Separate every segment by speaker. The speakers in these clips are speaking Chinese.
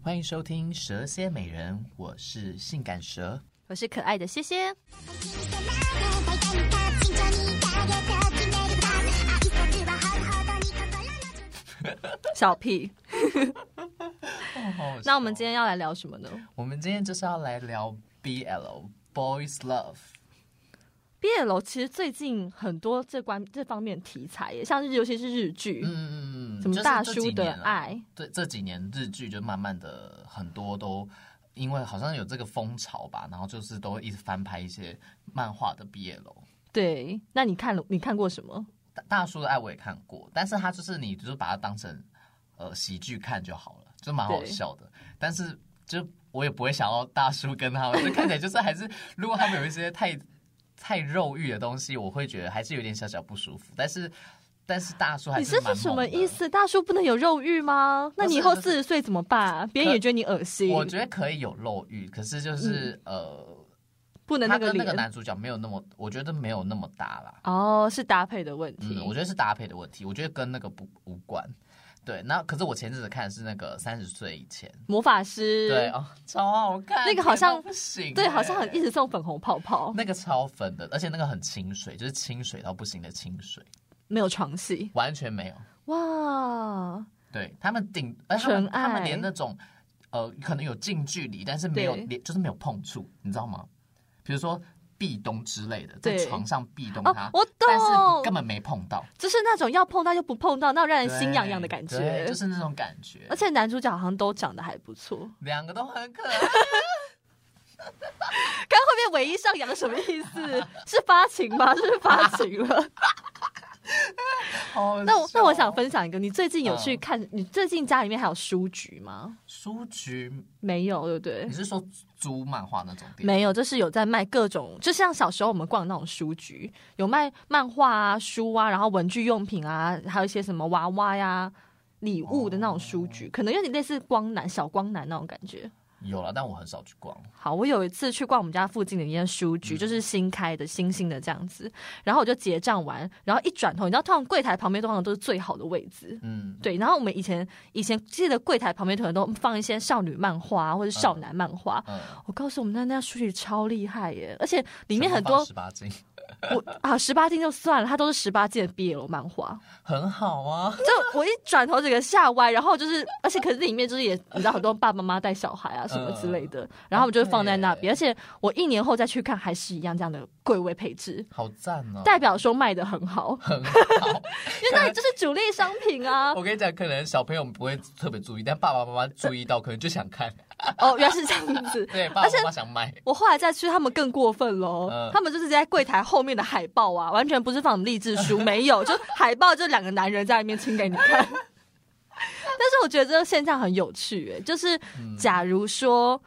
Speaker 1: 欢迎收听《蛇蝎美人》，我是性感蛇。
Speaker 2: 我是可爱的谢谢。小屁，哦那我们今
Speaker 1: 天，
Speaker 2: 天要来聊什么呢
Speaker 1: 我们今天就是要来聊 BL Boys Love。
Speaker 2: ？BL 其实最近很多这关这方面题材耶，像是尤其是日剧，
Speaker 1: 嗯，
Speaker 2: 什么
Speaker 1: 就是
Speaker 2: 大
Speaker 1: 这几
Speaker 2: 叔的
Speaker 1: 年啦啊
Speaker 2: 爱，
Speaker 1: 对，这几年日剧就慢慢的很多都因为好像有这个风潮吧，然后就是都一直翻拍一些漫画的 BL。
Speaker 2: 对，那你看了你看过什么？
Speaker 1: 大大叔的爱我也看过，但是它就是你就是把它当成呃喜剧看就好了，就蛮好笑的。但是就我也不会想要大叔跟他们，就看起来就是还是如果他们有一些太太肉欲的东西，我会觉得还是有点小小不舒服。但是但是大叔还
Speaker 2: 你
Speaker 1: 是
Speaker 2: 这
Speaker 1: 蛮
Speaker 2: 是什么
Speaker 1: 猛的
Speaker 2: 意？思？大叔不能有肉欲吗？那你以后
Speaker 1: 不是不
Speaker 2: 四
Speaker 1: 是
Speaker 2: 十岁怎么办？别人也觉得你恶心，
Speaker 1: 我觉得可以有肉欲，可是就是、呃，
Speaker 2: 不能
Speaker 1: 他
Speaker 2: 嗯那
Speaker 1: 跟那
Speaker 2: 脸
Speaker 1: 个男主角没有那么，我觉得没有那么搭啦。
Speaker 2: 哦，是搭配的问题。
Speaker 1: 嗯，我觉得是搭配的问题，我觉得跟那个不无关。对，那可是我前阵子看的是那个三十岁以前，
Speaker 2: 魔法师
Speaker 1: 对哦，超好看，
Speaker 2: 那个好像
Speaker 1: 天哪不行，
Speaker 2: 对好像很一
Speaker 1: 直
Speaker 2: 直送粉红泡泡，
Speaker 1: 那个超粉的，而且那个很清水，就是清水到不行的清水，
Speaker 2: 没有床戏
Speaker 1: 完全没有。
Speaker 2: 哇。
Speaker 1: 对他们顶，而且他们
Speaker 2: 纯爱
Speaker 1: 他们连那种呃，可能有近距离，但是没有
Speaker 2: 对
Speaker 1: 连就是没有碰触，你知道吗？比如说壁咚之类的，在
Speaker 2: 对
Speaker 1: 床上壁咚他，
Speaker 2: 哦，我
Speaker 1: 但是
Speaker 2: 懂，
Speaker 1: 根本没碰到，
Speaker 2: 就是那种要碰到又不碰到，那种让人
Speaker 1: 对
Speaker 2: 心痒痒的感
Speaker 1: 对
Speaker 2: 觉。
Speaker 1: 就是那种感觉。
Speaker 2: 而且男主角好像都长得还不 错，
Speaker 1: 两个都很可爱，
Speaker 2: 刚刚后面唯一上扬什么意思？是发情 吗？是不是发情了？
Speaker 1: 好
Speaker 2: 那 我那我想
Speaker 1: 笑
Speaker 2: 分享一个，你最近有去
Speaker 1: 嗯
Speaker 2: 看？你最近家里面还有书局吗？
Speaker 1: 书局，
Speaker 2: 没有，对不对
Speaker 1: 你？是说租漫画那种店？
Speaker 2: 没有，就是有在卖各种，就像小时候我们逛那种书局，有卖漫画啊、书啊，然后文具用品啊，还有一些什么娃娃呀、礼物的那种书局，可能有点类似光南、小光南那种感觉。
Speaker 1: 有了，但我很少去逛。
Speaker 2: 好，我有一次去逛我们家附近的一间书局，就是新开的、新兴的这样子。然后我就结账完，然后一转头，你知道，通常柜台旁边通常都是最好的位置。
Speaker 1: 嗯，
Speaker 2: 对，然后我们以前以前记得柜台旁边可能都放一些少女漫画啊或者少男漫画。
Speaker 1: 嗯，
Speaker 2: 我告诉我们那那书局超厉害耶，而且里面很多
Speaker 1: 十八禁，
Speaker 2: 我啊十八禁就算了，它都是十八禁的 BL 漫画。
Speaker 1: 很好啊。
Speaker 2: 就我一转头，整个吓歪，然后就是，而且可是里面就是也，你知道很多爸爸妈妈带小孩啊什么之类的，然后我就会放在那边，而且我一年后再去看，还是一样这样的柜位配置，嗯
Speaker 1: 好赞哦！
Speaker 2: 代表说卖的很好，
Speaker 1: 很好。
Speaker 2: 因为那里就是主力商品 啊。
Speaker 1: 我跟你讲，可能小朋友不会特别注意，但爸爸妈妈注意到，可能就想 看。
Speaker 2: 哦，原来是这样子。
Speaker 1: 对，爸爸妈妈想买。
Speaker 2: 我后来再去，他们更过分喽
Speaker 1: 嗯！
Speaker 2: 他们就是在柜台后面的海报啊，完全不是放励志书，没 有，就海报就两个男人在那边亲给你看。 但是我觉得这个现象很有趣、欸，就是假如说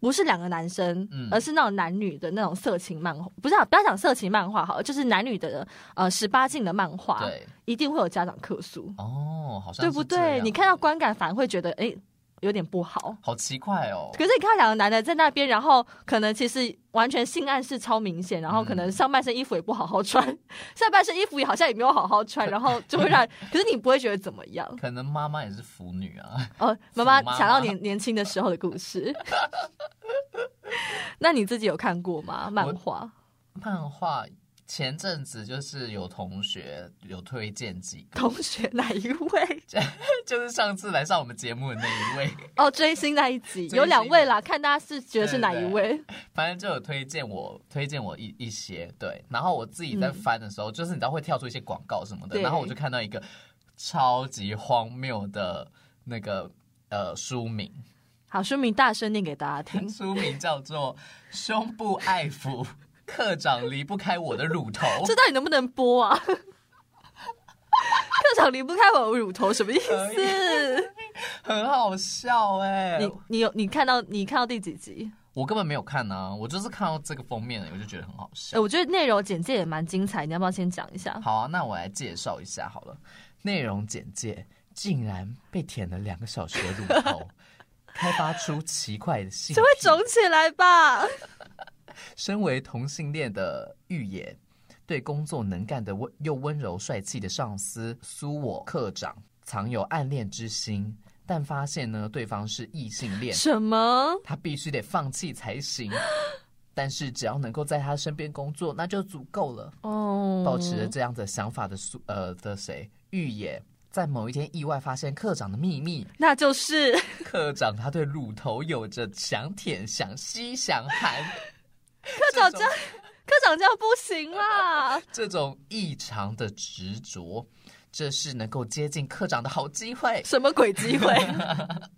Speaker 2: 不是两个男生，
Speaker 1: 嗯
Speaker 2: 而是那种男女的那种色情漫画，不是、啊、不要讲色情漫画好了，就是男女的呃十八禁的漫画，
Speaker 1: 对，
Speaker 2: 一定会有家长客诉，
Speaker 1: 哦，好像
Speaker 2: 啊
Speaker 1: 是
Speaker 2: 对不
Speaker 1: 这
Speaker 2: 对？
Speaker 1: 样
Speaker 2: 你看到观感反而会觉得哎、诶有点不好。
Speaker 1: 好奇怪哦。
Speaker 2: 可是你看到两个男的在那边，然后可能其实完全性暗示超明显，然后
Speaker 1: 嗯
Speaker 2: 可能上半身衣服也不好好穿， 下半身衣服也好像也没有好好穿，然后就 会让，可是你不会觉得怎么样。
Speaker 1: 可能妈妈也是腐女啊。
Speaker 2: 哦，妈妈
Speaker 1: 妈妈
Speaker 2: 想到年年轻的时候的故事。 那你自己有看过吗？漫 画？
Speaker 1: 漫画前阵子就是有同学有推荐几个，
Speaker 2: 同学哪一位？
Speaker 1: 就是上次来上我们节目的那一位。
Speaker 2: 哦，追星那一集
Speaker 1: 追星
Speaker 2: 有两位啦，看大家是觉得是哪一位。
Speaker 1: 反正就有推荐我，推荐我一一些对，然后我自己在翻的时候，就是你知道会跳出一些广告什么的，
Speaker 2: 对
Speaker 1: 然后我就看到一个超级荒谬的那个呃书 名，
Speaker 2: 好，书名大声念给大家听。
Speaker 1: 书名叫做《胸部爱抚》，课长离不开我的乳头，
Speaker 2: 这到底能不能播啊？ 课长离不开我的乳头，什么意
Speaker 1: 可
Speaker 2: 思？
Speaker 1: 很好笑哎、
Speaker 2: 你你有你看到你看到第几集？
Speaker 1: 我根本没有看呢、我就是看到这个封面，我就觉得很好笑
Speaker 2: 哎、。我觉得内容简介也蛮精彩，你要不要先讲一下？
Speaker 1: 好啊，那我来介绍一下好了。内容简介竟然被舔了两个小时的乳头，开发出奇怪的性癖
Speaker 2: 就会肿起来吧？
Speaker 1: 身为同性恋的玉野，对工作能干的温又温柔帅气的上司苏我课长藏有暗恋之心，但发现呢对方是异性恋，
Speaker 2: 什么？
Speaker 1: 他必须得放弃才行。 但是只要能够在他身边工作，那就足够了。
Speaker 2: 哦，
Speaker 1: 保持着这样的想法的苏呃的谁玉野，在某一天意外发现课长的秘密。
Speaker 2: 那就是
Speaker 1: 课长他对乳头有着想舔、想吸、想含。
Speaker 2: 课长这样，课长这样不行啦。
Speaker 1: 这种异常的执着，这是能够接近课长的好机会。
Speaker 2: 什么鬼机会？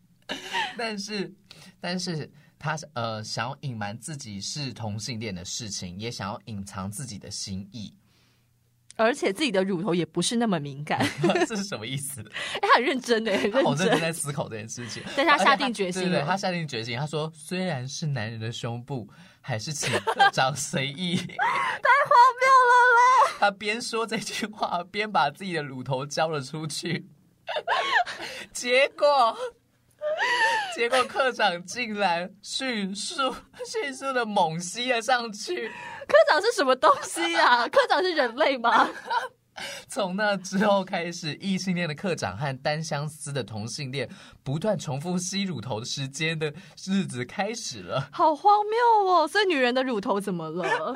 Speaker 1: 但是，但是他呃想要隐瞒自己是同性恋的事情，也想要隐藏自己的心意。
Speaker 2: 而且自己的乳头也不是那么敏感，
Speaker 1: 这是什么意思？
Speaker 2: 哎、他很认真的，很
Speaker 1: 他好
Speaker 2: 认
Speaker 1: 哦认真
Speaker 2: 真。
Speaker 1: 在思考这件事情，
Speaker 2: 但是他下定决心
Speaker 1: 对对对，
Speaker 2: 了
Speaker 1: 他下定决心，他说虽然是男人的胸部，还是请课长随意。太 荒谬了嘞！他边说这句话，边把自己的乳头交了出去， 结果。结果课长竟然迅速、迅速的猛吸了上去，
Speaker 2: 科长是什么东西啊？科长是人类吗？
Speaker 1: 从那之后开始，异性恋的课长和单相思的同性恋不断重复吸乳头的时间的日子开始了。
Speaker 2: 好荒谬哦！所以女人的乳头怎么了？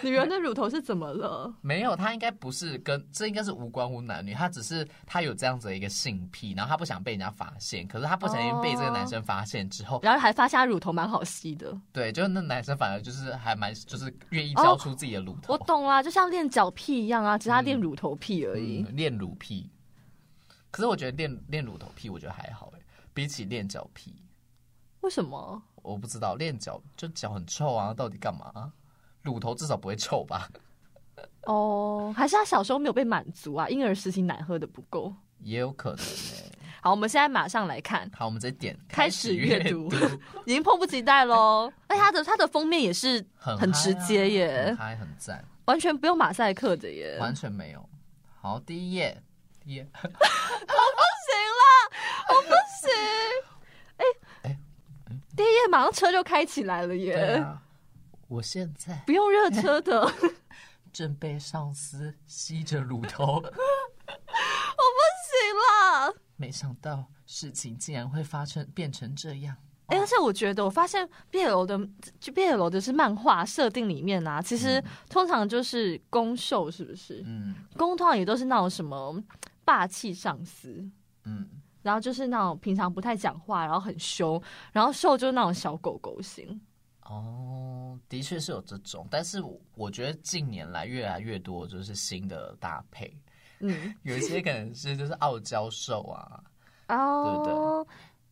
Speaker 2: 女人的乳头是怎么了？
Speaker 1: 没有，他应该不是跟这应该是无关乎男女，他只是他有这样子的一个性癖，然后他不想被人家发现，可是他不小心被这个男生发现之后，
Speaker 2: 然后还发现她乳头蛮好吸的。
Speaker 1: 对，就是那男生反而就是还蛮就是愿意交出自己的乳头，
Speaker 2: 我懂啦，就像练脚癖一样啊，只是她练乳头癖而已。
Speaker 1: 嗯，练乳癖。可是我觉得练练乳头癖，我觉得还好哎，比起练脚癖，
Speaker 2: 为什么？
Speaker 1: 我不知道练脚就脚很臭啊，到底干嘛、乳头至少不会臭吧？
Speaker 2: 哦，还是她小时候没有被满足啊，婴儿时期奶喝的不够。
Speaker 1: 也有可能欸
Speaker 2: 好，我们现在马上来看，
Speaker 1: 好，我们直接点
Speaker 2: 开始阅
Speaker 1: 读
Speaker 2: 读，已经迫不及待喽。哎，它的它的封面也是
Speaker 1: 很
Speaker 2: 很
Speaker 1: 嗨啊
Speaker 2: 直接耶
Speaker 1: 很嗨很赞，
Speaker 2: 完全不用马赛克的耶。
Speaker 1: 完全没有。好，第一页，第一页，
Speaker 2: 是，哎、
Speaker 1: 哎
Speaker 2: 第一页马上车就开起来了耶，
Speaker 1: 对啊，我现在
Speaker 2: 不用热车的，
Speaker 1: 正被上司吸着乳头，
Speaker 2: 行啦。
Speaker 1: 没想到事情竟然会发生变成这样。
Speaker 2: 哎、而且我觉得，我发现 BL 的就 BL 的是漫画设定里面啊，其实通常就是攻受，是不是？
Speaker 1: 嗯
Speaker 2: 攻通常也都是那种什么霸气上司，
Speaker 1: 嗯，
Speaker 2: 然后就是那种平常不太讲话，然后很凶，然后受就是那种小狗狗型。
Speaker 1: 哦，的确是有这种，但是我我觉得近年来越来越多就是新的搭配，
Speaker 2: 嗯，
Speaker 1: 有一些可能是就是傲娇兽啊，
Speaker 2: 哦，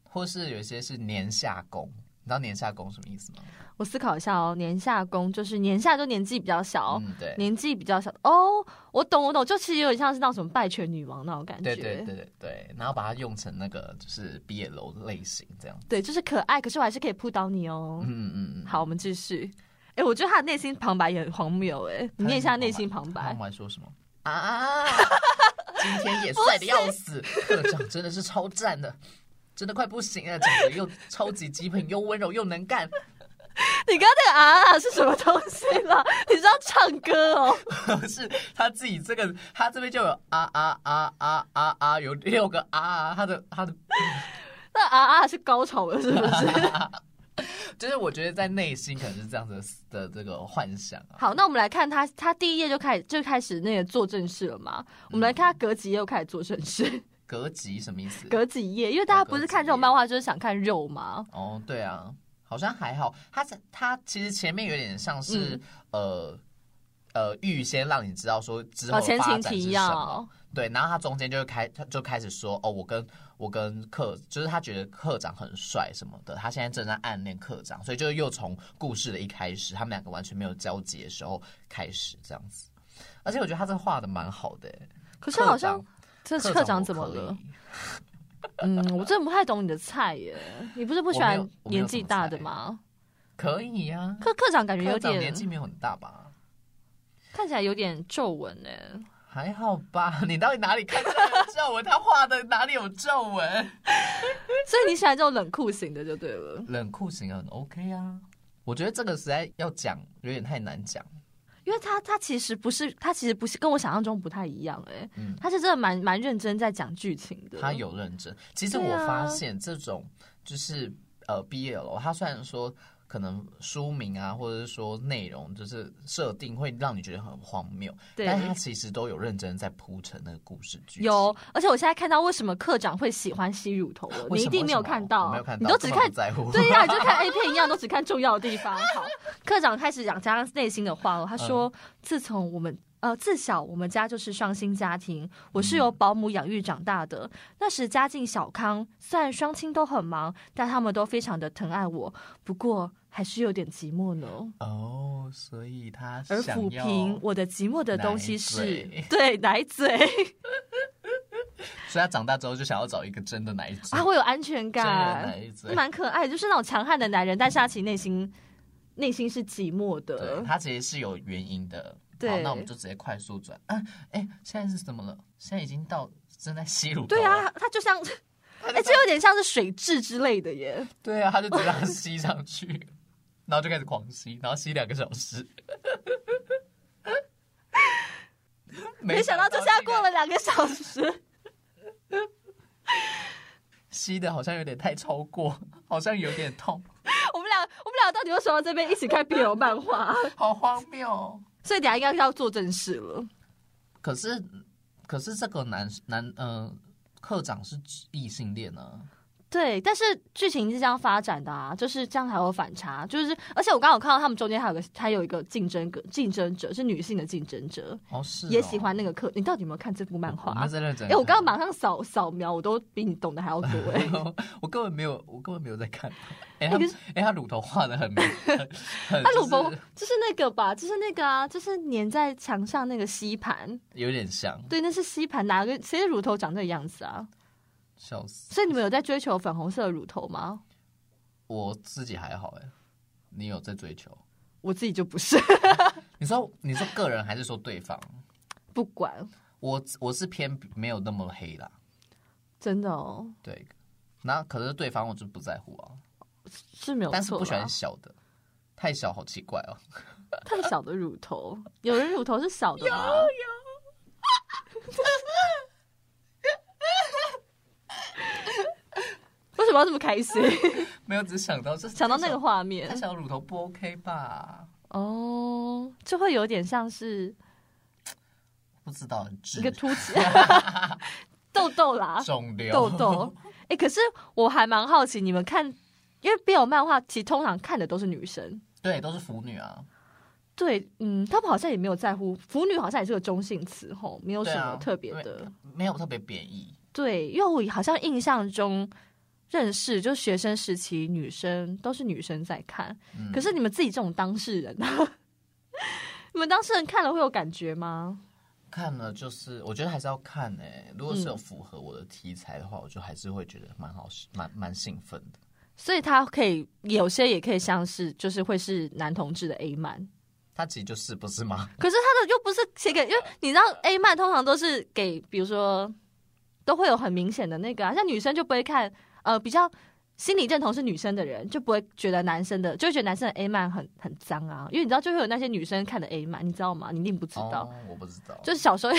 Speaker 1: 或是有一些是年下攻。你知道年下攻什么意思吗？
Speaker 2: 我思考一下哦，年下攻就是年下就年纪比较小，
Speaker 1: 嗯，对，
Speaker 2: 年纪比较小哦，我懂我懂，就其实有点像是那种什么拜权女王那种感觉，
Speaker 1: 对对对对对，然后把它用成那个就是毕业楼类型这样。
Speaker 2: 对就是可爱，可是我还是可以扑倒你哦。
Speaker 1: 嗯嗯嗯，
Speaker 2: 好，我们继续。哎、我觉得他的内心旁白也很荒谬哎、
Speaker 1: 嗯
Speaker 2: 你念一下内心旁
Speaker 1: 他
Speaker 2: 白
Speaker 1: 们。还说什么啊？ 今天也帅的要死，课长真的是超赞的，真的快不行了，长得又超级极品，又温柔又能干。
Speaker 2: 你刚刚那个啊啊是什么东西啦？ 你知道唱歌哦？
Speaker 1: 不是他自己这个，他这边就有啊啊啊啊啊啊，有六个啊啊，他的他的
Speaker 2: 那啊啊是高潮了是不 是？
Speaker 1: 就是我觉得在内心可能是这样子的的这个幻想啊。
Speaker 2: 好，那我们来看他，他第一页就开始就开始那个做正事了嘛。我们来看他隔几页又开始做正事，
Speaker 1: 格局什么意思？
Speaker 2: 隔几页，因为大家
Speaker 1: 哦隔
Speaker 2: 不是看
Speaker 1: 几
Speaker 2: 这种
Speaker 1: 页
Speaker 2: 漫画就是想看肉嘛。
Speaker 1: 哦，对啊，好像还好。他在他其实前面有点像是、
Speaker 2: 嗯
Speaker 1: 呃呃预先让你知道说之后
Speaker 2: 哦，
Speaker 1: 的
Speaker 2: 前
Speaker 1: 发
Speaker 2: 情
Speaker 1: 展
Speaker 2: 提
Speaker 1: 是什么。
Speaker 2: 要。
Speaker 1: 对，然后他中间就开他就开始说哦，我跟我跟课就是他觉得课长很帅什么的，他现在正在暗恋课长，所以就是又从故事的一开始，他们两个完全没有交集的时候开始这样子。而且我觉得他这画的蛮好的欸，
Speaker 2: 可是好
Speaker 1: 课
Speaker 2: 像这
Speaker 1: 长
Speaker 2: 课长怎么了？？嗯，我真的不太懂你的菜耶。你不是不喜
Speaker 1: 我没
Speaker 2: 欢
Speaker 1: 有我没有
Speaker 2: 年纪大的吗？
Speaker 1: 可以可以呀、
Speaker 2: 课课长感觉有
Speaker 1: 课长
Speaker 2: 点
Speaker 1: 年纪没有很大吧？
Speaker 2: 看起来有点皱纹哎，
Speaker 1: 还好吧？ 你到底哪里看到有皱纹？他画的哪里有皱 纹？
Speaker 2: 所以你喜欢这种冷酷型的就对了。
Speaker 1: 冷酷型很 OK 啊，我觉得这个实在要讲有点太难讲。
Speaker 2: 因因为他他其实不是，他其实不是跟我想象中不太一样、欸，哎、
Speaker 1: 嗯
Speaker 2: 他是真的蛮蛮认真在讲剧情的。
Speaker 1: 他有认真。其实
Speaker 2: 对
Speaker 1: 我
Speaker 2: 啊
Speaker 1: 发现这种就是呃 BL，它虽然说可能书名啊，或者是说内容，就是设定会让你觉得很荒谬，
Speaker 2: 对
Speaker 1: 但它其实都有认真在铺陈那个故事剧情。
Speaker 2: 有，而且我现在看到为什么课长会喜欢吸乳头了，
Speaker 1: 为
Speaker 2: 你
Speaker 1: 什么，
Speaker 2: 一定没有看到，
Speaker 1: 为什么我没有看
Speaker 2: 你
Speaker 1: 到，
Speaker 2: 都只
Speaker 1: 根本
Speaker 2: 看
Speaker 1: 不在 乎。
Speaker 2: 对呀、你就看 A 片一样，都只看重要的地 方。好，科长开始讲加上内心的话了。哦
Speaker 1: 嗯
Speaker 2: 他说：“自从我们呃自小我们家就是双薪家庭，我是由保姆养育长大的。那时家境小康，虽然双亲都很忙，但他们都非常的疼爱我。不过还是有点寂寞呢。”
Speaker 1: 哦，所以他
Speaker 2: 而
Speaker 1: 想
Speaker 2: 抚
Speaker 1: 要
Speaker 2: 平我的寂寞的东西是
Speaker 1: 奶嘴
Speaker 2: 对奶嘴
Speaker 1: 所以他长大之后就想要找一个真的奶嘴
Speaker 2: 啊，会有安全
Speaker 1: 真人
Speaker 2: 感，
Speaker 1: 奶嘴。
Speaker 2: 蛮可爱的，就是那种强悍的男人，但是他其实内心内心是寂寞的
Speaker 1: 对，。他其实是有原因的。
Speaker 2: 对
Speaker 1: 好，那我们就直接快速转。啊，哎、现在是怎么了？现在已经到正在吸乳头
Speaker 2: 对
Speaker 1: 了，
Speaker 2: 啊，它 就像，哎、这有点像是水蛭之类的耶。
Speaker 1: 对啊，他就直接让它吸上去，然后就开始狂吸，然后吸两个小时。
Speaker 2: 没想到这下过了两个小时，
Speaker 1: 吸的好像有点太超过，好像有点痛，
Speaker 2: 我们俩我们俩到底为什么要这边一起看 BL 漫画？
Speaker 1: 好荒谬、哦。
Speaker 2: 所以等一下应该要做正事了。
Speaker 1: 可是，可是这个男男呃，课长是异性恋啊呢、
Speaker 2: 对，但是剧情是这样发展的啊，就是这样才有反差。就是而且我刚好看到他们中间还有个还有一个竞争格竞争者是女性的竞争者，
Speaker 1: 哦，是哦
Speaker 2: 也喜欢那个课。你到底有没有看这部漫画
Speaker 1: 我？们在认真。
Speaker 2: 哎、我刚刚马上扫扫描，我都比你懂得还要多哎、
Speaker 1: 我根本没有，我根本没有在看。 哎、他哎、他乳头画的很 明，很很
Speaker 2: 他鲁
Speaker 1: 就
Speaker 2: 伯
Speaker 1: 是
Speaker 2: 啊就是那个吧，就是那个啊，就是粘在墙上那个吸盘，
Speaker 1: 有点像，
Speaker 2: 对，那是吸盘，哪个谁的乳头长这个样子啊？
Speaker 1: 笑死！
Speaker 2: 所以你们有在追求粉红色的乳头吗？
Speaker 1: 我自己还好哎、你有在追求？
Speaker 2: 我自己就不是，
Speaker 1: 你说你说个人还是说对方？
Speaker 2: 不管，
Speaker 1: 我我是偏没有那么黑啦，
Speaker 2: 真的哦，
Speaker 1: 对。那可是对方我就不在乎啊，
Speaker 2: 是没有错啦，啊
Speaker 1: 但是不喜欢小的，太小好奇怪哦。
Speaker 2: 太小的乳头，有人乳头是小的吗？ 为什么要这么开心？
Speaker 1: 没有，只想到这
Speaker 2: 想到那个画面
Speaker 1: 太，小乳头不 OK 吧？
Speaker 2: 哦，就会有点像是
Speaker 1: 不知道，很直
Speaker 2: 一个凸 起痘痘啦，
Speaker 1: 肿瘤
Speaker 2: 痘痘。哎、可是我还蛮好奇，你们看，因为 BL 漫画其实通常看的都是女生，
Speaker 1: 对，都是腐女啊。
Speaker 2: 对，嗯，他们好像也没有在乎，腐女好像也是个中性词吼，没有
Speaker 1: 对
Speaker 2: 什
Speaker 1: 啊
Speaker 2: 么特别
Speaker 1: 因
Speaker 2: 的、
Speaker 1: 为没有特别贬义。
Speaker 2: 对，因为我好像印象中认识，就学生时期女生都是女生在看，
Speaker 1: 嗯
Speaker 2: 可是你们自己这种当事人、 你们当事人看了会有感觉吗？
Speaker 1: 看了就是，我觉得还是要看诶、如果是
Speaker 2: 嗯
Speaker 1: 有符合我的题材的话，我就还是会觉得蛮好，蛮蛮兴奋的。
Speaker 2: 所以他可以有些也可以像是就是会是男同志的 A 漫，
Speaker 1: 它其实就是不是吗？
Speaker 2: 可是他的又不是写给，因为你知道 A 漫通常都是给，比如说都会有很明显的那个、啊，像女生就不会看，呃，比较心理认同是女生的人就不会觉得男生的，就会觉得男生的 A 漫很很脏啊，因为你知道就会有那些女生看的 A 漫，你知道吗？你一定不知道，
Speaker 1: 哦、我不知道。
Speaker 2: 就是小 时候，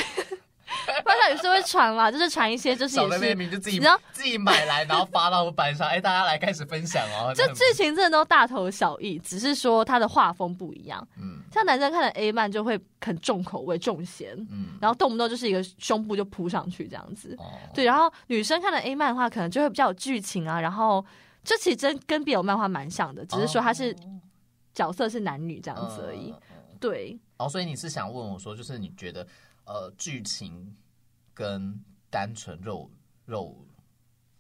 Speaker 2: 班上有时候会传啦，就是传一些就是
Speaker 1: 找
Speaker 2: 也
Speaker 1: 那
Speaker 2: 是
Speaker 1: 边名就自己
Speaker 2: 你知道
Speaker 1: 自己买来，然后发到班上，哎、大家来开始分享哦。
Speaker 2: 这剧情真的都大同小异，只是说它的画风不一样，
Speaker 1: 嗯
Speaker 2: 像男生看的 A 漫就会很重口味、重咸。
Speaker 1: 嗯
Speaker 2: 然后动不动就是一个胸部就扑上去这样子，
Speaker 1: 哦，
Speaker 2: 对，然后女生看的 A 漫画可能就会比较有剧情啊，然后这其实真跟 BL 漫画蛮像的，只是说它是
Speaker 1: 哦
Speaker 2: 角色是男女
Speaker 1: 这
Speaker 2: 这样子而已。
Speaker 1: 哦
Speaker 2: 对，
Speaker 1: 哦，所以你是想问我说，就是你觉得呃剧情跟单纯肉肉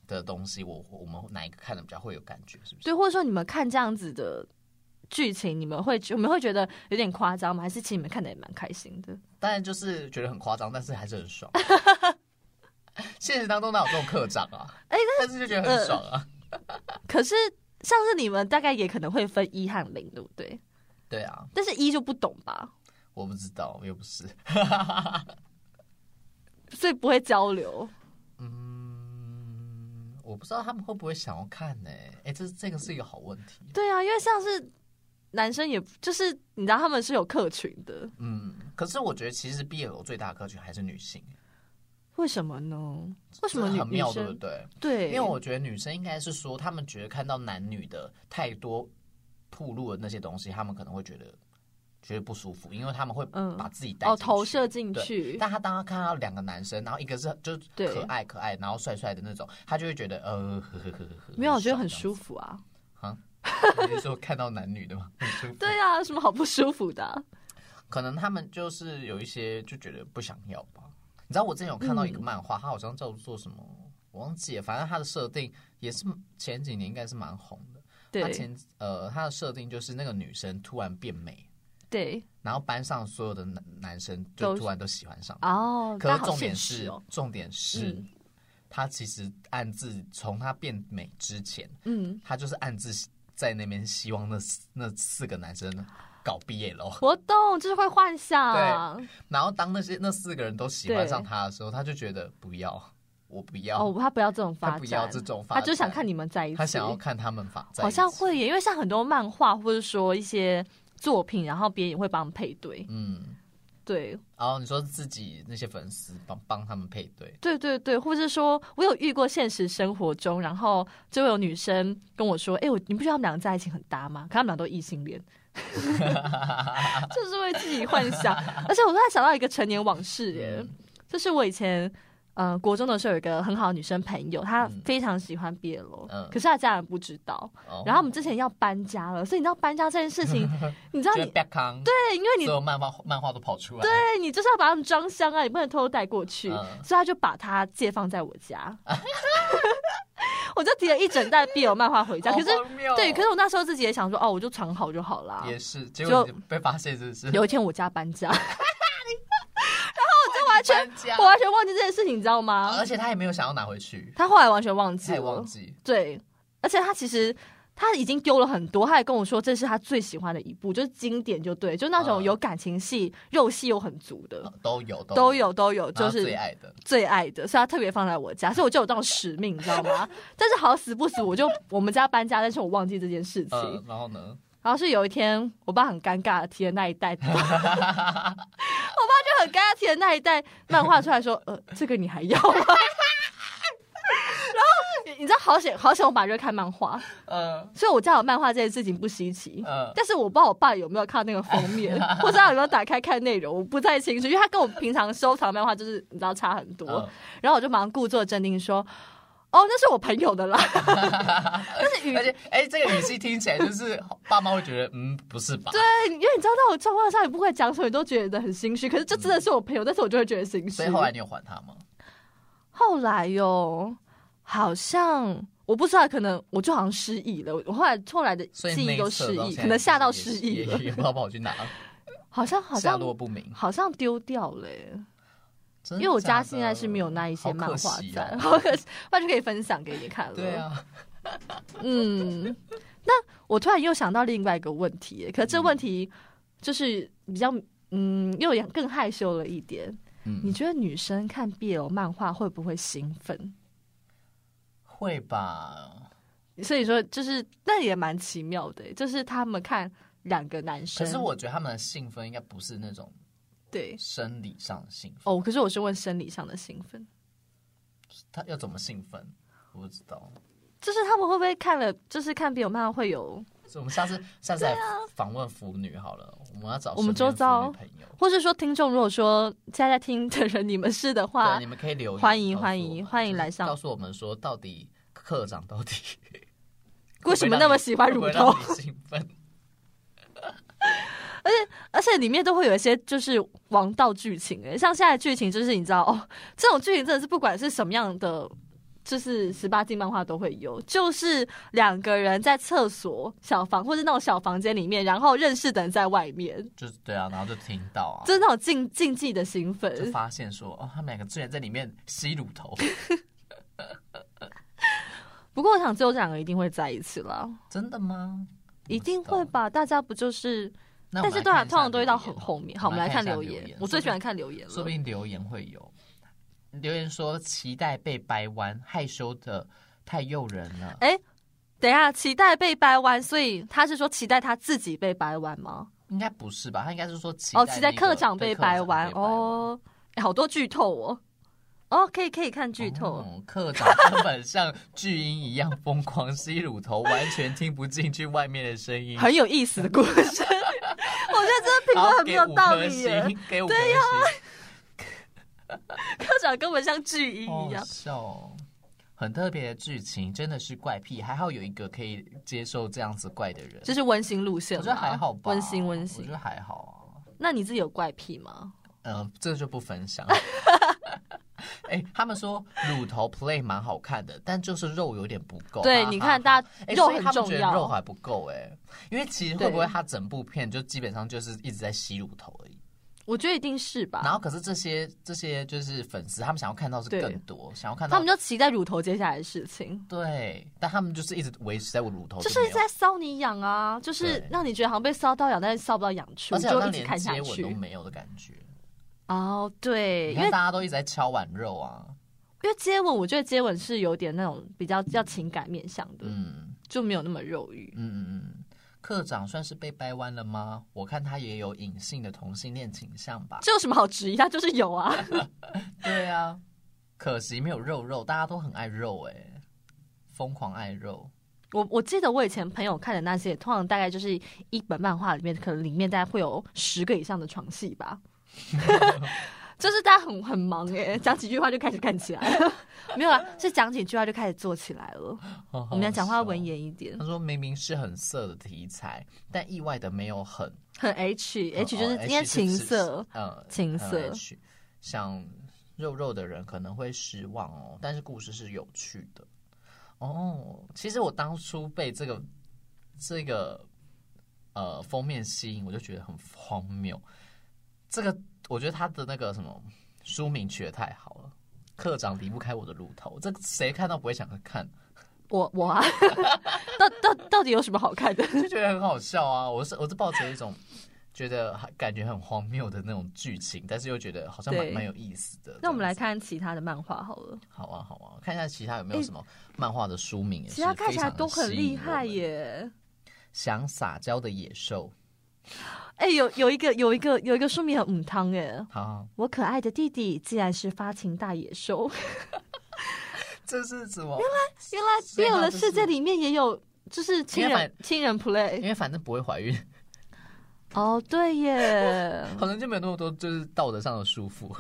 Speaker 1: 的东西，我我们哪一个看的比较会有感觉？是不是？
Speaker 2: 所以或者说你们看这样子的剧情，你们会你们会觉得有点夸张吗？还是其实你们看的也蛮开心的？
Speaker 1: 当然就是觉得很夸张，但是还是很 爽。现实当中哪有这种课长啊？
Speaker 2: 哎
Speaker 1: 但是就觉得很爽啊。
Speaker 2: 可是像是你们大概也可能会分一和零，对不对？
Speaker 1: 对啊，
Speaker 2: 但是一就不懂吧，
Speaker 1: 我不知道，我又不是。
Speaker 2: 所以不会交流。
Speaker 1: 嗯，我不知道他们会不会想要看呢、哎、这这个是一个好问题。
Speaker 2: 对啊，因为像是男生也就是你知道他们是有客群的，
Speaker 1: 嗯，可是我觉得其实 BL 最大的客群还是女性，
Speaker 2: 为什么呢？为什么
Speaker 1: 这
Speaker 2: 女
Speaker 1: 很
Speaker 2: 女
Speaker 1: 妙，对不
Speaker 2: 生
Speaker 1: 对？
Speaker 2: 对？哦
Speaker 1: 因为我觉得女生应该是说，她们觉得看到男女的太多吐露的那些东西，她们可能会觉得觉得不舒服，因为她们会
Speaker 2: 嗯
Speaker 1: 把自己带
Speaker 2: 哦
Speaker 1: 进
Speaker 2: 投
Speaker 1: 去
Speaker 2: 射进
Speaker 1: 对
Speaker 2: 去，
Speaker 1: 但他当他看到两个男生，然后一个是就是
Speaker 2: 对
Speaker 1: 可爱可爱，然后帅帅的那种，他就会觉得呃呵呵呵呵呵，
Speaker 2: 没有，我觉得很
Speaker 1: 爽
Speaker 2: 舒服啊。
Speaker 1: 这样子。你是说看到男女的吗？很舒服。
Speaker 2: 对啊，有什么好不舒服的啊、
Speaker 1: 可能他们就是有一些就觉得不想要吧。你知道我之前有看到一
Speaker 2: 嗯
Speaker 1: 个漫画，它好像叫做什么，我忘记了，反正它的设定也是前几年应该是蛮红的。它
Speaker 2: 对
Speaker 1: 前呃它的设定就是那个女生突然变美，
Speaker 2: 对，
Speaker 1: 然后班上所有的男男生
Speaker 2: 都
Speaker 1: 就是突然都喜欢上她。
Speaker 2: 哦，
Speaker 1: 可
Speaker 2: 但
Speaker 1: 是
Speaker 2: 好
Speaker 1: 重点
Speaker 2: 现
Speaker 1: 是，
Speaker 2: 实哦，
Speaker 1: 重点是，
Speaker 2: 嗯
Speaker 1: 他其实暗自从他变美之前，
Speaker 2: 嗯，
Speaker 1: 他就是暗自在那边希望那四那四个男生搞毕业喽。
Speaker 2: 活动就是会幻想，
Speaker 1: 然后当那些那四个人都喜欢
Speaker 2: 对
Speaker 1: 上他的时候，他就觉得不要，我不要，
Speaker 2: 哦，他不要这种
Speaker 1: 他
Speaker 2: 发
Speaker 1: 不要
Speaker 2: 展，
Speaker 1: 这种发
Speaker 2: 他
Speaker 1: 展，
Speaker 2: 就想看你们在一起，
Speaker 1: 他想要看他们发展，
Speaker 2: 好像会耶，因为像很多漫画或者说一些作品，然后别人也会帮我们配对，
Speaker 1: 嗯。
Speaker 2: 对
Speaker 1: 然后你说自己那些粉丝帮帮他们配对，
Speaker 2: 对对对，或者是说我有遇过现实生活中，然后就有女生跟我说：“哎、我你不觉得他们两个在一起很搭吗？”可他们俩都异 性恋，就是会自己幻想。而且我突然想到一个成年往事耶，
Speaker 1: 嗯
Speaker 2: 就是我以前。呃，国中的时候有一个很好的女生朋友，她
Speaker 1: 嗯
Speaker 2: 非常喜欢 BL，、
Speaker 1: 嗯
Speaker 2: 可是她家人不知道。
Speaker 1: 哦
Speaker 2: 然后我们之前要搬家了，所以你知道搬家这件 事情，你知道
Speaker 1: 就
Speaker 2: 你
Speaker 1: 是 back on，
Speaker 2: 对，因为你
Speaker 1: 所有漫画漫画都跑出来，
Speaker 2: 对你就是要把它们装箱啊，你不能偷偷带过去，
Speaker 1: 嗯
Speaker 2: 所以他就把它借放在我家。 我就提了一整袋 BL 漫画回家，
Speaker 1: 好
Speaker 2: 可是
Speaker 1: 荒谬哦
Speaker 2: 对，可是我那时候自己也想说，哦，我就藏好就好啦。
Speaker 1: 也是，结果
Speaker 2: 就
Speaker 1: 你被发现是不是？
Speaker 2: 有一天我家搬家，
Speaker 1: 就完全家
Speaker 2: 我，完全忘记这件事情，你知道吗
Speaker 1: 啊而？且他也没有想要拿回去，
Speaker 2: 他后来完全忘记
Speaker 1: 他也
Speaker 2: 了，
Speaker 1: 忘记。
Speaker 2: 对，而且他其实。他已经丢了很多，他还跟我说这是他最喜欢的一部，就是经典，就对，就那种
Speaker 1: 嗯哦
Speaker 2: 有感情戏、肉戏又很足的，
Speaker 1: 都有
Speaker 2: 都，有都有，
Speaker 1: 然
Speaker 2: 就
Speaker 1: 后
Speaker 2: 是
Speaker 1: 最爱的，
Speaker 2: 最爱的，所以他特别放在我家，所以我就有这种使命，你知道 吗？但是好死不死，我就我们家搬家，但是我忘记这件事情。
Speaker 1: 嗯，然后呢？
Speaker 2: 然后是有一天，我爸很尴尬的提了那 一袋，我爸就很尴尬地提了那一袋漫画出来说：“呃，这个你还要吗？” 然后你你知道好险好险，我本来就看漫画，
Speaker 1: 呃
Speaker 2: 所以我家有漫画这件事情不稀奇。
Speaker 1: 呃，
Speaker 2: 但是我不知道我爸有没有看那个封 面，或者他有没有打开看内容，我不太清楚，因为他跟我平常收藏漫画就是你知道差很多。
Speaker 1: 嗯
Speaker 2: 然后我就马上故作镇定说：“哦，那是我朋友的 啦。”但是语
Speaker 1: 而且哎，这个语气听起来就是爸妈会觉得，嗯，不是吧？
Speaker 2: 对，呃因为你知道那种状况下，你不会讲什么，你都觉得很心虚。可是这真的是我朋友，但是我就会觉得心虚。
Speaker 1: 所以后来你有还他吗？
Speaker 2: 后来哟，好像我不知道，可能我就好像失忆了。我后来后来的
Speaker 1: 所以
Speaker 2: 记忆
Speaker 1: 那
Speaker 2: 都
Speaker 1: 一侧
Speaker 2: 失
Speaker 1: 到
Speaker 2: 忆，
Speaker 1: 现在
Speaker 2: 可能吓到
Speaker 1: 也
Speaker 2: 失忆了
Speaker 1: 也，也不知道跑去哪，
Speaker 2: 好像 好
Speaker 1: 下
Speaker 2: 像
Speaker 1: 落不明。
Speaker 2: 好像丢掉了耶、
Speaker 1: 真的
Speaker 2: 因为我家
Speaker 1: 假的
Speaker 2: 现在是没有那一些
Speaker 1: 好
Speaker 2: 漫
Speaker 1: 可
Speaker 2: 画
Speaker 1: 惜
Speaker 2: 在，
Speaker 1: 哦
Speaker 2: 好可惜，不然就可以分享给你看了。
Speaker 1: 对啊，
Speaker 2: 嗯，那我突然又想到另外一个问题耶，可这问题就是比较嗯，又也更害羞了一点。你
Speaker 1: 嗯，
Speaker 2: 觉得女生看 BL 漫画会不会兴奋？
Speaker 1: 会吧？
Speaker 2: 所以说，就是那也蛮奇妙的耶，就是他们看两个男
Speaker 1: 可
Speaker 2: 生，
Speaker 1: 是我觉得他们的兴奋应该不是那种
Speaker 2: 对
Speaker 1: 生理上的兴奋，
Speaker 2: 哦，可是我是问生理上的兴奋，
Speaker 1: 他要怎么兴奋？我不知道。
Speaker 2: 就是他们会不会看了，就是看 BL 漫画会有，
Speaker 1: 所以我们下次下次来访问腐女好了，我们要找
Speaker 2: 啊我们
Speaker 1: 身边
Speaker 2: 周遭
Speaker 1: 腐女朋友。
Speaker 2: 或是说听众如果说现在在听的人，你们是的话，
Speaker 1: 对，你们可以留言，
Speaker 2: 欢迎
Speaker 1: 告诉
Speaker 2: 欢
Speaker 1: 我
Speaker 2: 迎
Speaker 1: 们
Speaker 2: 欢迎
Speaker 1: 就是
Speaker 2: 来上
Speaker 1: 告诉我们说到底课长到底
Speaker 2: 为什么那么喜欢乳
Speaker 1: 会不会
Speaker 2: 头
Speaker 1: 让？你兴 奋？
Speaker 2: 而且里面都会有一些就是王道剧情、欸，像现在的剧情就是你知道哦，这种剧情真的是不管是什么样的，就是十八禁漫画都会有，就是两个人在厕所小房或者那种小房间里面，然后认识的人在外面，
Speaker 1: 就是对啊，然后就听到啊，
Speaker 2: 就是那种禁禁忌的兴
Speaker 1: 就
Speaker 2: 奋。
Speaker 1: 发现说哦，他们两个居然在里面吸乳头，
Speaker 2: 不过我想最后这两个一定会在一起啦，
Speaker 1: 真的吗？
Speaker 2: 一定会吧？大家不就是？
Speaker 1: 那我们
Speaker 2: 但是
Speaker 1: 来
Speaker 2: 对啊，
Speaker 1: 看一下
Speaker 2: 通常都会到
Speaker 1: 留言
Speaker 2: 很
Speaker 1: 哦
Speaker 2: 后面。好，我们来
Speaker 1: 看一
Speaker 2: 看
Speaker 1: 下
Speaker 2: 留
Speaker 1: 言
Speaker 2: 言，我最喜欢看留言
Speaker 1: 说不
Speaker 2: 了。
Speaker 1: 定留言会有。留言说期待被掰弯，害羞的太诱人了。
Speaker 2: 哎等一下，脐带被掰弯，所以他是说脐带他自己被掰弯吗？
Speaker 1: 应该不是吧？他应该是说期
Speaker 2: 哦，
Speaker 1: 期
Speaker 2: 脐带课长
Speaker 1: 被
Speaker 2: 掰弯
Speaker 1: 掰
Speaker 2: 哦、哎好多剧透哦。哦，可以可以看剧透，
Speaker 1: 哦课长根本像巨婴一样疯狂吸乳头，完全听不进去外面的声音。
Speaker 2: 很有意思的 故事。我觉得这个评
Speaker 1: 好
Speaker 2: 论很没有道理
Speaker 1: 给五颗
Speaker 2: 耶。
Speaker 1: 星，给五颗星，
Speaker 2: 课长根本像巨婴
Speaker 1: 好
Speaker 2: 一样
Speaker 1: 哎好，笑哦。很特别的剧情，真的是怪癖，还好有一个可以接受这样子怪的人。
Speaker 2: 就是温馨路线
Speaker 1: 我
Speaker 2: 嘛。
Speaker 1: 觉得还好吧，
Speaker 2: 温馨温
Speaker 1: 我觉
Speaker 2: 馨。
Speaker 1: 得还好啊。
Speaker 2: 那你自己有怪癖吗？
Speaker 1: 嗯、这就不分享。 哎、他们说乳头 play 蛮好看的，但就是肉有点不够。
Speaker 2: 对
Speaker 1: 哈，哈
Speaker 2: 你看，
Speaker 1: 哈
Speaker 2: 大家
Speaker 1: 哎
Speaker 2: 肉
Speaker 1: 所以
Speaker 2: 很
Speaker 1: 他们
Speaker 2: 重
Speaker 1: 觉得
Speaker 2: 要，
Speaker 1: 肉还不够哎、因为其实
Speaker 2: 对
Speaker 1: 会不会他整部片就基本上就是一直在吸乳头而已。
Speaker 2: 我觉得一定是
Speaker 1: 然
Speaker 2: 吧。
Speaker 1: 后可是这些这些就是粉丝他们想要看到是
Speaker 2: 对
Speaker 1: 更多，想要看到
Speaker 2: 他们就期待乳头接下来的事情，
Speaker 1: 对，但他们就是一直维持在我乳头，
Speaker 2: 就是一直在搔你痒啊，就是
Speaker 1: 对
Speaker 2: 让你觉得好像被搔到痒，但是搔不到痒处，
Speaker 1: 而且好
Speaker 2: 就
Speaker 1: 像
Speaker 2: 一直
Speaker 1: 连
Speaker 2: 看下
Speaker 1: 接吻都
Speaker 2: 去。
Speaker 1: 没有的感觉。
Speaker 2: 哦，对，
Speaker 1: 你
Speaker 2: 因为
Speaker 1: 看大家都一直在敲碗肉啊，
Speaker 2: 因为接吻，我觉得接吻是有点那种比较比较情感面向的，
Speaker 1: 嗯
Speaker 2: 就没有那么肉欲
Speaker 1: 嗯。嗯嗯。课长算是被掰弯了吗？我看他也有隐性的同性恋倾向吧。
Speaker 2: 这有什么好质疑？他就是有啊，
Speaker 1: 对啊，可惜没有肉肉，大家都很爱肉哎、疯狂爱肉。
Speaker 2: 我我记得我以前朋友看的那些，通常大概就是一本漫画里面，可能里面大概会有十个以上的床戏吧。 就是大家很很忙耶，讲几句话就开始干起来 了，没有啊，是讲几句话就开始做起来了。我们要讲话文
Speaker 1: 言。
Speaker 2: 言一点
Speaker 1: 他，说明明哦是哦很色的题材，但意外的没有很
Speaker 2: 很 H
Speaker 1: 呃
Speaker 2: H 就是
Speaker 1: 哦
Speaker 2: 应该
Speaker 1: H
Speaker 2: 情
Speaker 1: 是
Speaker 2: 色，
Speaker 1: 呃，呃
Speaker 2: 情嗯色
Speaker 1: H 想肉肉的人可能会失望哦，但是故事是有趣的哦。其实我当初被这个这个呃封面吸引，我就觉得很荒谬。这个我觉得他的那个什么书名取得太好了。课长离不开我的乳头，这谁看到不会想看，
Speaker 2: 我我啊， 到到到底有什么好看的？
Speaker 1: 就觉得很好笑啊！我是我是抱着一种觉得感觉很荒谬的那种剧情，但是又觉得好像蛮
Speaker 2: 对
Speaker 1: 蛮有意思的。
Speaker 2: 那我们
Speaker 1: 这样
Speaker 2: 来
Speaker 1: 子
Speaker 2: 看其他的漫画好了，
Speaker 1: 好啊，好啊，看一下其他有没有什么漫画的书名也是
Speaker 2: 其他看起来
Speaker 1: 非常
Speaker 2: 都很
Speaker 1: 吸引
Speaker 2: 厉害
Speaker 1: 我们。
Speaker 2: 耶。
Speaker 1: 想撒娇的野兽，
Speaker 2: 哎、有有一个有一个有一个书名很母汤哎，
Speaker 1: 好好，
Speaker 2: 我可爱的弟弟既然是发情大野兽，
Speaker 1: 这是什么？
Speaker 2: 原来
Speaker 1: 所以
Speaker 2: 变
Speaker 1: 他
Speaker 2: 有的
Speaker 1: 就
Speaker 2: 世界
Speaker 1: 是
Speaker 2: 里面也有就是亲
Speaker 1: 因为
Speaker 2: 人亲人
Speaker 1: 因
Speaker 2: play
Speaker 1: 为反正不会怀孕，
Speaker 2: 哦，对耶，
Speaker 1: 好像就没有那么多就是道德上的束缚。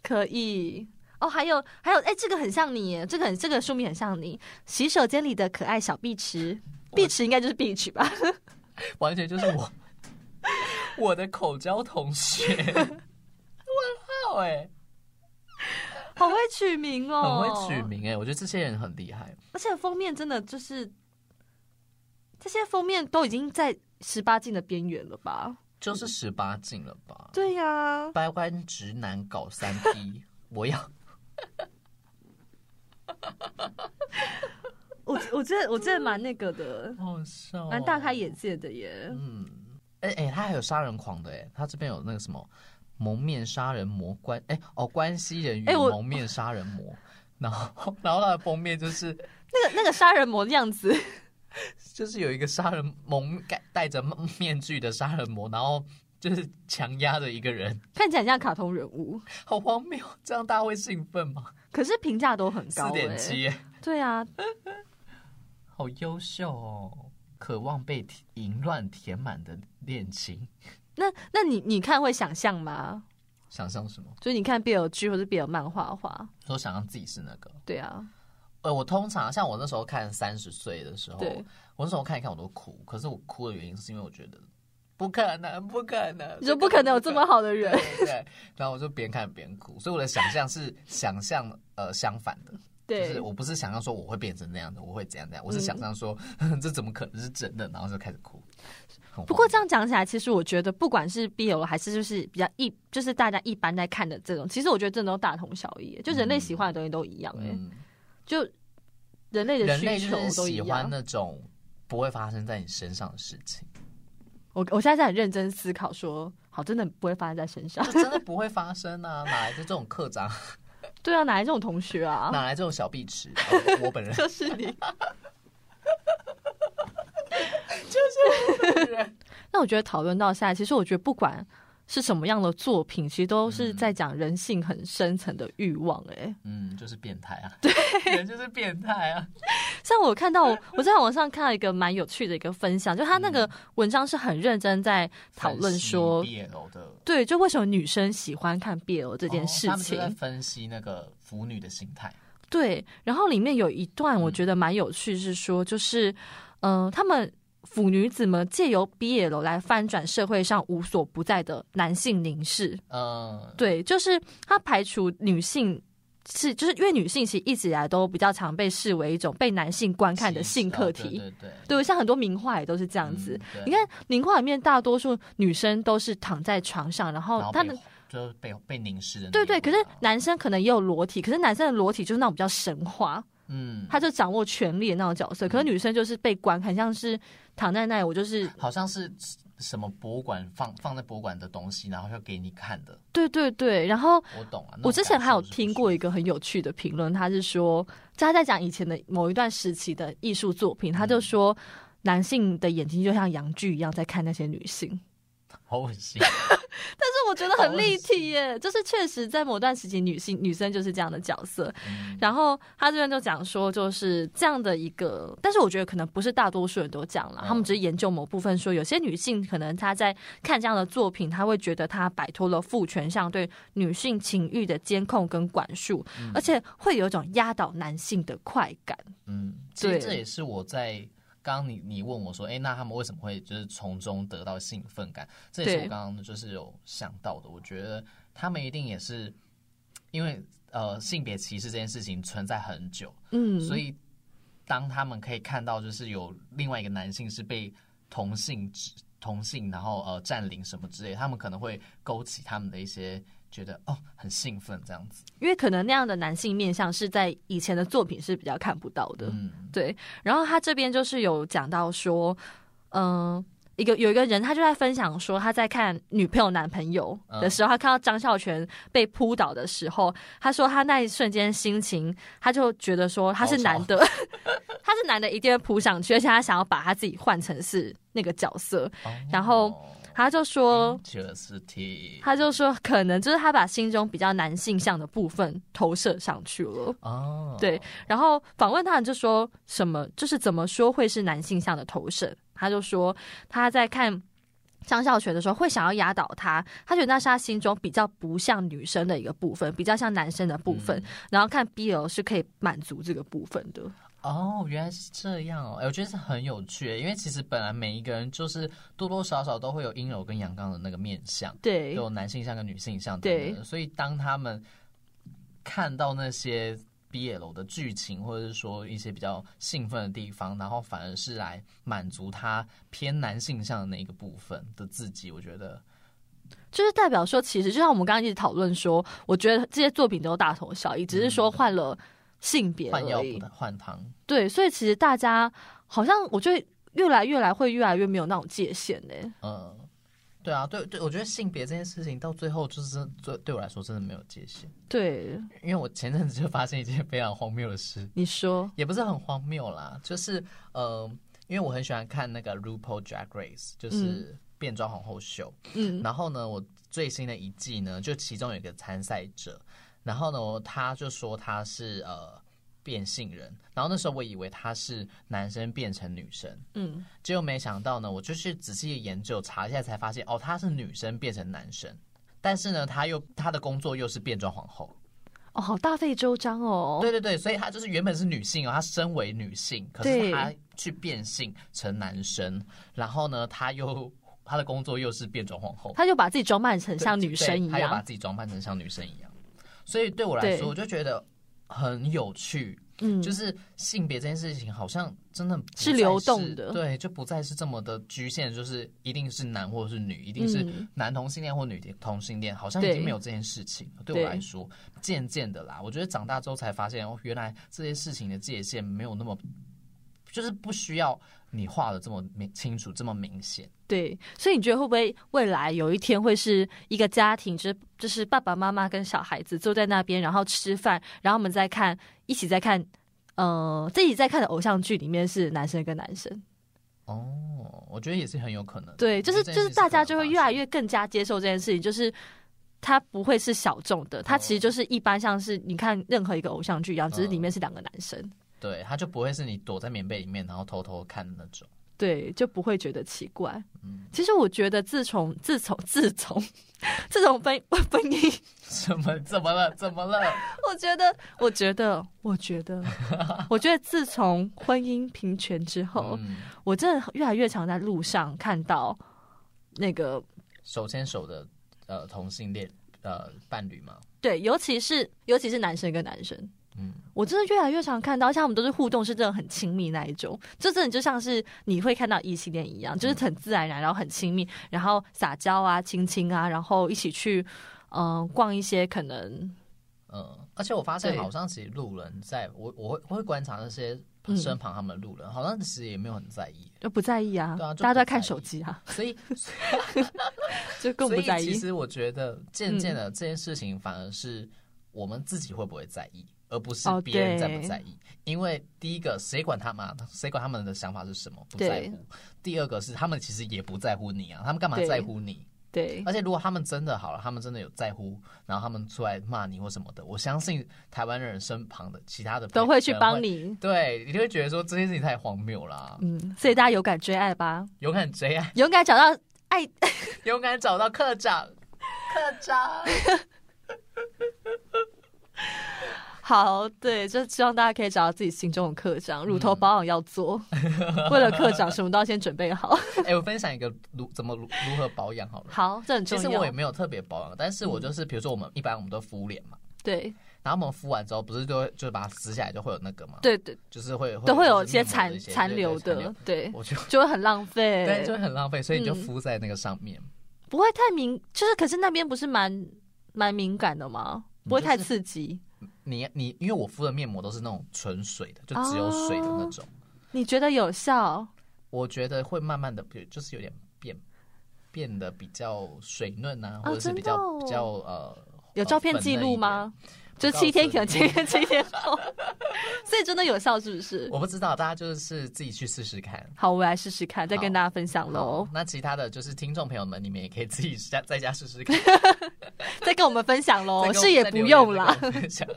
Speaker 2: 可以。哦，还有还有，哎、这个很像你耶，这个很这个书名很像你，洗手间里的可爱小碧池，碧池应该就是 beach 吧？
Speaker 1: 完全就是我 我的口交同学。 问号哎、
Speaker 2: 好会取名
Speaker 1: 很会
Speaker 2: 哦，
Speaker 1: 取，名哎、我觉得这些人很厉害。
Speaker 2: 而且封面真的就是这些封面都已经在十八禁的边缘了吧？
Speaker 1: 就是十八禁了吧？
Speaker 2: 对呀、
Speaker 1: 掰弯直男搞三 P，我要
Speaker 2: 我我觉得我觉得蛮那个的，
Speaker 1: 好笑、
Speaker 2: 蛮大开眼界的耶。
Speaker 1: 哦嗯，哎、哎、他还有杀人狂的哎、他这边有那个什么蒙面杀人魔关哎、哦关西人与
Speaker 2: 哎我
Speaker 1: 蒙面杀人魔， 然后然后他的封面就是
Speaker 2: 那个那个杀人魔的样子，
Speaker 1: 就是有一个杀人蒙盖戴着面具的杀人魔，然后就是强压着一个人，
Speaker 2: 看起来很像卡通人物，
Speaker 1: 好荒谬！这样大家会兴奋吗？
Speaker 2: 可是评价都很高、
Speaker 1: 四点
Speaker 2: 哎，
Speaker 1: 七，
Speaker 2: 对啊，
Speaker 1: 好优秀哦！渴望被填淫乱填满的恋情，
Speaker 2: 那那你你看会想象吗？
Speaker 1: 想象什么？
Speaker 2: 就是你看 BL 剧或者 BL 漫画的话，
Speaker 1: 说想象自己是那个。
Speaker 2: 对啊，
Speaker 1: 呃，我通常像我那时候看三十岁的时候，
Speaker 2: 对，
Speaker 1: 我那时候看一看我都哭，可是我哭的原因是因为我觉得不可能，不可能，
Speaker 2: 你说不可能有这么好的
Speaker 1: 对
Speaker 2: 人，
Speaker 1: 对对，然后我就边看边哭，所以我的想象是想象呃相反的，就
Speaker 2: 对
Speaker 1: 是，我不是想象说我会变成那样的，我会怎样怎样，我是
Speaker 2: 嗯
Speaker 1: 想象说、 这怎么可能是真的，然后就开始哭。很
Speaker 2: 不
Speaker 1: 荒
Speaker 2: 过
Speaker 1: 谬
Speaker 2: 这样讲起来，其实我觉得不管是 BL 还是就是比较一，就是大家一般在看的这种，其实我觉得这种都大同小异，就人类喜欢的东西都一样，哎、
Speaker 1: 嗯，
Speaker 2: 就人类的
Speaker 1: 人类
Speaker 2: 需求
Speaker 1: 就是
Speaker 2: 都一
Speaker 1: 喜欢
Speaker 2: 样。
Speaker 1: 那种不会发生在你身上的事 情，
Speaker 2: 我我现在在很认真思考说，好，真的不会发生在身上。
Speaker 1: 就真的不会发生啊！哪来的这种课长，
Speaker 2: 对啊，哪来这种同学啊？
Speaker 1: 哦 哪来这种小碧池？呃我本人
Speaker 2: 就是你。
Speaker 1: 就是这个人。
Speaker 2: 那我觉得讨论到现在，其实我觉得不管是什么样的作品，其实都是在讲人性很深层的欲望、欸。哎，
Speaker 1: 嗯，就是变态啊， 对，人就是变态啊。
Speaker 2: 像 我看到我我在网上看到一个蛮有趣的一个分享，就他那个
Speaker 1: 嗯
Speaker 2: 文章是很认真在 讨论说，
Speaker 1: 毕业楼的哦
Speaker 2: 对，就为什么女生喜欢看 BL 这件事
Speaker 1: 他们就
Speaker 2: 情。
Speaker 1: 在分析那个腐女的心态。
Speaker 2: 对，然后里面有一
Speaker 1: 嗯
Speaker 2: 段我觉得蛮有趣，是说就是，嗯、呃，他们腐女子们借由 BL 来翻转社会上无所不在的男性凝视。
Speaker 1: 嗯，
Speaker 2: 对，就是他排除女性。是，就是因为女性其实一直以来都比较常被视为一种被男性观看的性课
Speaker 1: 哦
Speaker 2: 题，
Speaker 1: 对对对，
Speaker 2: 对，像很多名画也都是这
Speaker 1: 这
Speaker 2: 样子。，
Speaker 1: 嗯对
Speaker 2: 你看名画里面，大多数女生都是躺在床上，然后
Speaker 1: 然后
Speaker 2: 她
Speaker 1: 被
Speaker 2: 的
Speaker 1: 就是被被凝视的那一
Speaker 2: 哦对
Speaker 1: 幕啊，
Speaker 2: 对，可是男生可能也有裸体，可是男生的裸体就是那种比较神话，
Speaker 1: 嗯，
Speaker 2: 他就掌握权力的那种角色。可是女生就是被关，很像是躺在那里，我就是
Speaker 1: 好像是什么博物馆放放在博物馆的东西，然后要给你看的，
Speaker 2: 对对对。然后
Speaker 1: 我懂啊。那种
Speaker 2: 我之前
Speaker 1: 感
Speaker 2: 还有
Speaker 1: 受是不
Speaker 2: 听过
Speaker 1: 是
Speaker 2: 一个很有趣的评论，他是说，就他在讲以前的某一段时期的艺术作品，他
Speaker 1: 嗯
Speaker 2: 就说。男性的眼睛就像羊具一样在看那些女性，
Speaker 1: 好恶心，
Speaker 2: 但是我觉得很立体耶，就是确实在某段时期，女性女生就是这样的角色。
Speaker 1: 嗯
Speaker 2: 然后他这边就讲说，就是这样的一个，但是我觉得可能不是大多数人都这样啦，
Speaker 1: 嗯
Speaker 2: 他们只是研究某部分说，有些女性可能她在看这样的作品，她会觉得她摆脱了父权上对女性情欲的监控跟管束，而且会有一种压倒男性的快感。
Speaker 1: 嗯，其实
Speaker 2: 对
Speaker 1: 这也是我在刚刚你你问我说，哎、那他们为什么会就是从中得到兴奋感？这也是
Speaker 2: 对
Speaker 1: 我刚刚就是有想到的。我觉得他们一定也是因为呃性别歧视这件事情存在很久，
Speaker 2: 嗯，
Speaker 1: 所以当他们可以看到就是有另外一个男性是被同性指同性然后呃占领什么之类，他们可能会勾起他们的一些觉得哦很兴奋这样子。
Speaker 2: 因为可能那样的男性面相是在以前的作品是比较看不到的。
Speaker 1: 嗯
Speaker 2: 对，然后他这边就是有讲到说，嗯、一个有一个人，他就在分享说，他在看女朋友男朋友的时候，他看到张孝全被扑倒的时候，他说他那一瞬间心情，他就觉得说他是
Speaker 1: 高潮
Speaker 2: 男的， 他是男的一定会扑上去，而且他想要把他自己换成是那个角色，
Speaker 1: 嗯
Speaker 2: 然后
Speaker 1: 哦
Speaker 2: 他就说，
Speaker 1: 这是 T
Speaker 2: 他就说可能就是他把心中比较男性向的部分投射上去了。
Speaker 1: 哦，
Speaker 2: 对，然后访问他人就说什么，就是怎么说会是男性向的投射？他就说他在看张孝全的时候会想要压倒他，他觉得那是他心中比较不像女生的一个部分，比较像男生的部
Speaker 1: 嗯
Speaker 2: 分。然后看 BL 是可以满足这个部分的。
Speaker 1: 哦，原来是这样哦！哎，我觉得是很有趣耶，因为其实本来每一个人就是多多少少都会有阴柔跟阳刚的那个面相，
Speaker 2: 对
Speaker 1: 有男性向跟女性向等等的，所以当他们看到那些 BL 的剧情，或者是说一些比较兴奋的地方，然后反而是来满足他偏男性向的那一个部分的自己，我觉得
Speaker 2: 就是代表说，其实就像我们刚刚一直讨论说，我觉得这些作品都大同小异，只是说换了性别而
Speaker 1: 嗯换药
Speaker 2: 已。
Speaker 1: 不换汤，
Speaker 2: 对，所以其实大家好像我觉得越来越来会越来越没有那种界限呢、
Speaker 1: 嗯。对啊，对对，我觉得性别这件事情到最后就是真对对我来说真的没有界限。
Speaker 2: 对，
Speaker 1: 因为我前阵子就发现一件非常荒谬的事，
Speaker 2: 你说，
Speaker 1: 也不是很荒谬啦，就是呃，因为我很喜欢看那个 RuPaul Drag Race，就是变装皇后秀。
Speaker 2: 嗯
Speaker 1: 然后呢，我最新的一季呢，就其中有一个参赛者，然后呢，我他就说他是呃变性人，然后那时候我以为他是男生变成女生，
Speaker 2: 嗯，
Speaker 1: 结果没想到呢，我就去仔细研究查一下，才发现哦，他是女生变成男生，但是呢，他又他的工作又是变装皇后。
Speaker 2: 哦，好大费周章哦。
Speaker 1: 对对对，所以她就是原本是女性哦，她身为女性，可
Speaker 2: 对
Speaker 1: 是她去变性成男生，然后呢，她又她的工作又是变装皇后，
Speaker 2: 他就把自己装扮成
Speaker 1: 对
Speaker 2: 像女生一
Speaker 1: 对她又把
Speaker 2: 样，
Speaker 1: 自己装扮成像女生一样。所以对我来
Speaker 2: 对
Speaker 1: 说，我就觉得很有趣，
Speaker 2: 嗯，
Speaker 1: 就是性别这件事情好像真的不再
Speaker 2: 是流动的
Speaker 1: 对，就不再是这么的局限，就是一定是男或是女，一定是
Speaker 2: 嗯
Speaker 1: 男同性恋或女同性恋，好像
Speaker 2: 对
Speaker 1: 已经没有这件事情了。对
Speaker 2: 对
Speaker 1: 我来说，渐渐的啦，我觉得长大之后才发现，哦，原来这些事情的界限没有那么，就是不需要你画的这么明清楚，这么明显。
Speaker 2: 对。所以你觉得会不会未来有一天会是一个家庭，就是就是爸爸妈妈跟小孩子坐在那边，然后吃饭，然后我们再看一起在看呃自己在看的偶像剧里面是男生跟男生，
Speaker 1: 哦，我觉得也是很有可能。
Speaker 2: 对，就是
Speaker 1: 我觉得嗯这件
Speaker 2: 就是
Speaker 1: 事
Speaker 2: 大家就
Speaker 1: 可
Speaker 2: 会
Speaker 1: 能
Speaker 2: 越
Speaker 1: 发
Speaker 2: 来
Speaker 1: 生
Speaker 2: 越更加接受这件事情，就是它不会是小众的，它
Speaker 1: 哦
Speaker 2: 其实就是一般像是你看任何一个偶像剧一样，只是里
Speaker 1: 嗯
Speaker 2: 面是两个男生，
Speaker 1: 对，他就不会是你躲在棉被里面然后偷偷看的那种。
Speaker 2: 对，就不会觉得奇怪。
Speaker 1: 嗯，
Speaker 2: 其实我觉得自从自从自从 这种婚婚姻，
Speaker 1: 怎么怎么了？怎么了？
Speaker 2: 我觉得，我觉得，我觉 得，我觉得自从婚姻平权之后，
Speaker 1: 嗯，
Speaker 2: 我真的越来越常在路上看到那个
Speaker 1: 手牵手的呃同性恋呃伴侣嘛，
Speaker 2: 对，尤其是尤其是男生跟男生，
Speaker 1: 嗯，
Speaker 2: 我真的越来越常看到，而且他们都是互动，是真的很亲密那一种，就真的就像是你会看到异性恋一样，
Speaker 1: 嗯
Speaker 2: 就是很自然而然，然后很亲密，然后撒娇啊、亲亲啊，然后一起去嗯、呃逛一些可能
Speaker 1: 嗯，而且我发现
Speaker 2: 对
Speaker 1: 好像其实路人在我我会我会观察那些
Speaker 2: 嗯
Speaker 1: 身旁他们的路人，好像其实也没有很在 意，
Speaker 2: 就不在意啊，
Speaker 1: 对啊就
Speaker 2: 大家都在
Speaker 1: 不
Speaker 2: 看
Speaker 1: 在
Speaker 2: 手
Speaker 1: 意
Speaker 2: 机啊，
Speaker 1: 所以
Speaker 2: 就更
Speaker 1: 所
Speaker 2: 不
Speaker 1: 以
Speaker 2: 在
Speaker 1: 其
Speaker 2: 意。嗯
Speaker 1: 实我觉得渐渐的这件事情反而是我们自己会不会在意，而不是
Speaker 2: 哦
Speaker 1: 别人在不
Speaker 2: 对
Speaker 1: 在意。因为第一个谁管他们啊，谁管他们的想法是什么，不在
Speaker 2: 对
Speaker 1: 乎；第二个是他们其实也不在乎你啊，他们干嘛
Speaker 2: 对
Speaker 1: 在乎你？
Speaker 2: 对
Speaker 1: 而且如果他们真的好了，他们真的有在乎，然后他们出来骂你或什么的，我相信台湾人身旁的其他的
Speaker 2: 都会去
Speaker 1: 人
Speaker 2: 帮。你，
Speaker 1: 对，你就会觉得说这件事情太荒谬啊啦，
Speaker 2: 嗯，所以大家勇敢追爱吧，
Speaker 1: 勇敢追啊，
Speaker 2: 勇敢找到爱，
Speaker 1: 勇敢找到课长，课长。
Speaker 2: 好，对，就希望大家可以找到自己心中的课长，乳头保养要 做，为了课长什么都要先准备好。
Speaker 1: 哎、我分享一个如怎么如如何保养好了。
Speaker 2: 好，这很
Speaker 1: 其
Speaker 2: 重
Speaker 1: 实
Speaker 2: 要嗯
Speaker 1: 我也。没有特别保养，但是我就是比如说我们一般我们都敷脸嘛，
Speaker 2: 对
Speaker 1: 然后我们敷完之后不是就会就把它撕下来就会有那个嘛，，
Speaker 2: 对对，
Speaker 1: 就是会
Speaker 2: 都会有
Speaker 1: 一
Speaker 2: 一些残残留，
Speaker 1: 就是面膜
Speaker 2: 的，对
Speaker 1: 对对残留，我就
Speaker 2: 就会很浪
Speaker 1: 对就
Speaker 2: 费，
Speaker 1: 会很浪费，所以你就
Speaker 2: 嗯
Speaker 1: 敷在那个上面，
Speaker 2: 不会太敏，就是可是那边不是蛮蛮敏感的吗？不会太
Speaker 1: 就是
Speaker 2: 刺激。
Speaker 1: 你你因为我敷的面膜都是那种纯水的，就只有水的
Speaker 2: 哦
Speaker 1: 那种，
Speaker 2: 你觉得有效？
Speaker 1: 我觉得会慢慢的就是有点变变得比较水嫩啊，或者是比较、
Speaker 2: 真的哦
Speaker 1: 比较呃
Speaker 2: 有照片记
Speaker 1: 呃粉
Speaker 2: 录？
Speaker 1: 嫩一点
Speaker 2: 吗？就
Speaker 1: 我告诉
Speaker 2: 七
Speaker 1: 你
Speaker 2: 天，可能七天，七天后， 所以真的有效是不是？
Speaker 1: 我不知道，大家就是自己去试试看。
Speaker 2: 好，我来试试看，再跟
Speaker 1: 好
Speaker 2: 大家分享喽
Speaker 1: 好，。那其他的就是听众朋友们，你们也可以自己在在家试试看。
Speaker 2: 再跟我们分享
Speaker 1: 再
Speaker 2: 喽，
Speaker 1: 跟我
Speaker 2: 哦是也
Speaker 1: 再
Speaker 2: 不
Speaker 1: 留言
Speaker 2: 用
Speaker 1: 再
Speaker 2: 啦。
Speaker 1: 跟我分享希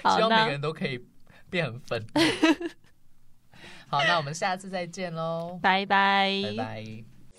Speaker 2: 好，
Speaker 1: 望每
Speaker 2: 那
Speaker 1: 个人都可以变很 粉。好，那我们下次再见喽，
Speaker 2: 拜拜，
Speaker 1: 拜拜。